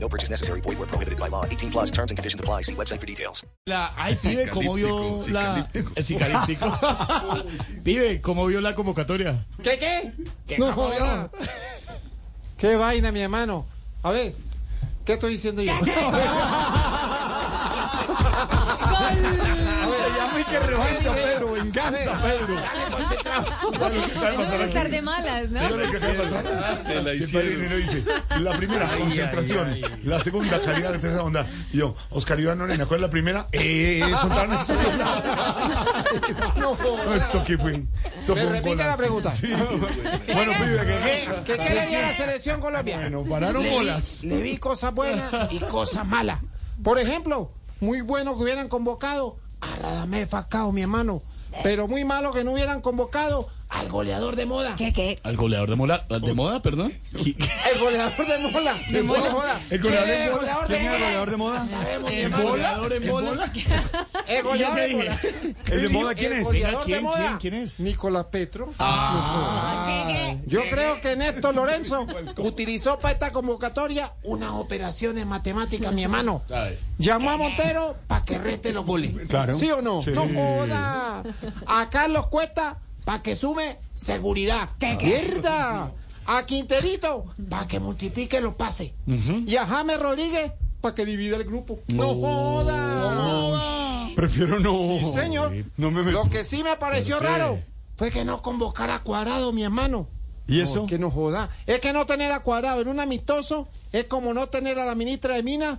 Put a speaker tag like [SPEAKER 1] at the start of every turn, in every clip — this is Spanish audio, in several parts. [SPEAKER 1] No purchase necessary. Void where prohibited by law. 18 plus terms and conditions apply. See website for details.
[SPEAKER 2] La, ay, pibe, ¿cómo vio
[SPEAKER 3] Cicalíptico,
[SPEAKER 2] la... eh, Cicalíptico. pibe, ¿cómo vio la convocatoria?
[SPEAKER 4] ¿Qué qué? ¿Qué
[SPEAKER 5] No, no. Qué vaina, mi hermano. A ver, ¿qué estoy diciendo yo?
[SPEAKER 3] llama y que revancha, Pedro. Venganza, Pedro.
[SPEAKER 4] pues,
[SPEAKER 6] Eso es estar de malas, ¿no?
[SPEAKER 3] ¿Sabes qué acaba de pasar?
[SPEAKER 7] Te la
[SPEAKER 3] Que
[SPEAKER 7] hicieron.
[SPEAKER 3] Padre Dinero dice, la primera, concentración. La segunda, calidad. La tercera, onda. Y yo, Oscar Iván Orena, ¿cuál es la primera? Eh, soltaron eso. No, esto que fue. Esto
[SPEAKER 4] ¿Me
[SPEAKER 3] fue un
[SPEAKER 4] repite
[SPEAKER 3] golazo.
[SPEAKER 4] la pregunta?
[SPEAKER 3] Sí. Bueno, pibe, ¿qué?
[SPEAKER 4] ¿Qué quiere bien la selección colombiana?
[SPEAKER 3] Bueno, pararon
[SPEAKER 4] le
[SPEAKER 3] bolas.
[SPEAKER 4] Vi, le vi cosas buenas y cosas malas. Por ejemplo, muy bueno que hubieran convocado a Radamés Falcao, mi hermano. Pero muy malo que no hubieran convocado al goleador de moda.
[SPEAKER 6] ¿Qué, qué?
[SPEAKER 2] Al goleador de, mola, de moda, perdón. Qui-
[SPEAKER 4] El goleador de moda. De moda.
[SPEAKER 3] El goleador de
[SPEAKER 4] ¿Quién es ¿Quién
[SPEAKER 3] moda?
[SPEAKER 4] es el
[SPEAKER 5] goleador de moda?
[SPEAKER 4] Sabemos, mi
[SPEAKER 2] El
[SPEAKER 4] hermano.
[SPEAKER 2] goleador en moda.
[SPEAKER 4] El
[SPEAKER 2] Y yo
[SPEAKER 4] goleador
[SPEAKER 2] qué
[SPEAKER 4] de moda.
[SPEAKER 2] dije.
[SPEAKER 3] ¿El de moda quién
[SPEAKER 4] El
[SPEAKER 3] es?
[SPEAKER 4] goleador de
[SPEAKER 2] ¿Quién, quién,
[SPEAKER 4] moda.
[SPEAKER 2] quién es?
[SPEAKER 5] Ah, Nicolás Petro.
[SPEAKER 4] Yo creo que Néstor Lorenzo utilizó para esta convocatoria unas operaciones matemáticas, mi hermano.
[SPEAKER 2] Ay.
[SPEAKER 4] Llamó a Montero para que rete los goles.
[SPEAKER 3] Claro.
[SPEAKER 4] ¿Sí o no?
[SPEAKER 3] Sí.
[SPEAKER 4] No joda. A Carlos Cuesta para que sume seguridad. ¡Mierda! A Quinterito para que multiplique los pases. Y a James Rodríguez para que divida el grupo. No, joda.
[SPEAKER 3] Prefiero no.
[SPEAKER 4] Sí, señor.
[SPEAKER 3] No me meto.
[SPEAKER 4] Lo que sí me pareció raro fue que no convocara a Cuadrado, mi hermano.
[SPEAKER 3] ¿Y eso?
[SPEAKER 4] Que no joda. Es que no tener a Cuadrado en un amistoso es como no tener a la ministra de Minas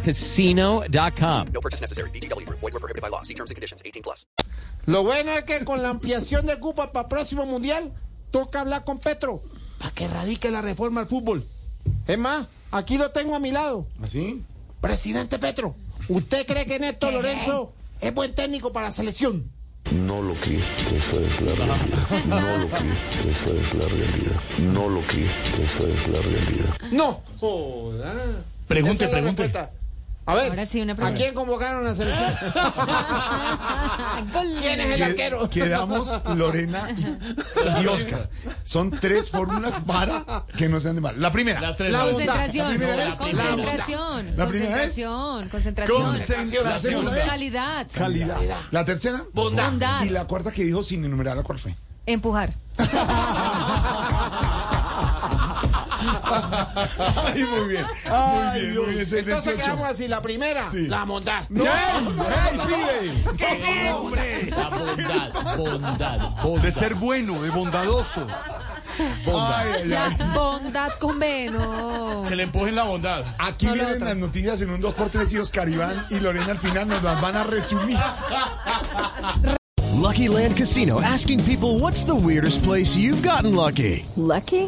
[SPEAKER 8] chumbacasino.com.
[SPEAKER 1] No purchase necessary. BGW. Void were prohibited by law. See terms and conditions. 18 plus.
[SPEAKER 4] Lo bueno es que con la ampliación de cupo para el próximo mundial, toca hablar con Petro para que radique la reforma al fútbol. Es más, aquí lo tengo a mi lado.
[SPEAKER 3] ¿Así?
[SPEAKER 4] Presidente Petro, ¿usted cree que Néstor Lorenzo es buen técnico para la selección?
[SPEAKER 9] No lo creo, esa es la realidad. No lo creo, esa es la realidad. No lo creo, esa es la realidad.
[SPEAKER 4] No. Joda.
[SPEAKER 2] Pregunte,
[SPEAKER 4] Esa es la
[SPEAKER 2] pregunte.
[SPEAKER 4] respuesta. A ver,
[SPEAKER 6] Ahora sí, una
[SPEAKER 4] ¿a
[SPEAKER 6] pregunta.
[SPEAKER 4] quién convocaron a la selección?
[SPEAKER 6] Gol.
[SPEAKER 4] ¿Quién es el arquero?
[SPEAKER 3] Quedamos Lorena y, y Oscar. Son tres fórmulas para que no sean de mal. La primera.
[SPEAKER 2] Las tres.
[SPEAKER 4] La
[SPEAKER 2] no.
[SPEAKER 4] bondad.
[SPEAKER 6] Concentración,
[SPEAKER 3] La primera es-
[SPEAKER 6] concentración,
[SPEAKER 3] La primera es-
[SPEAKER 6] concentración, concentración,
[SPEAKER 3] Concentración. La segunda es
[SPEAKER 6] calidad,
[SPEAKER 3] calidad. La tercera.
[SPEAKER 4] Bondad.
[SPEAKER 6] Bondad.
[SPEAKER 3] Y la cuarta que dijo sin enumerarla, ¿cuál fue?
[SPEAKER 6] empujar.
[SPEAKER 3] Ay, muy bien. Muy bien, muy bien.
[SPEAKER 4] Entonces
[SPEAKER 3] 78.
[SPEAKER 4] quedamos así, la primera,
[SPEAKER 3] Sí.
[SPEAKER 4] la bondad.
[SPEAKER 3] ¡Ey! ¡Ey, pibe!
[SPEAKER 2] La bondad, bondad, bondad.
[SPEAKER 5] bueno, de bondadoso.
[SPEAKER 3] Ay, ay,
[SPEAKER 6] La
[SPEAKER 3] ay.
[SPEAKER 6] bondad con menos.
[SPEAKER 2] Que le empujen la bondad.
[SPEAKER 3] Aquí vienen las noticias en un 2x3 y Oscar Iván y Lorena al final nos las van a resumir.
[SPEAKER 8] Lucky Land Casino asking people what's the weirdest place you've gotten lucky?
[SPEAKER 10] Lucky?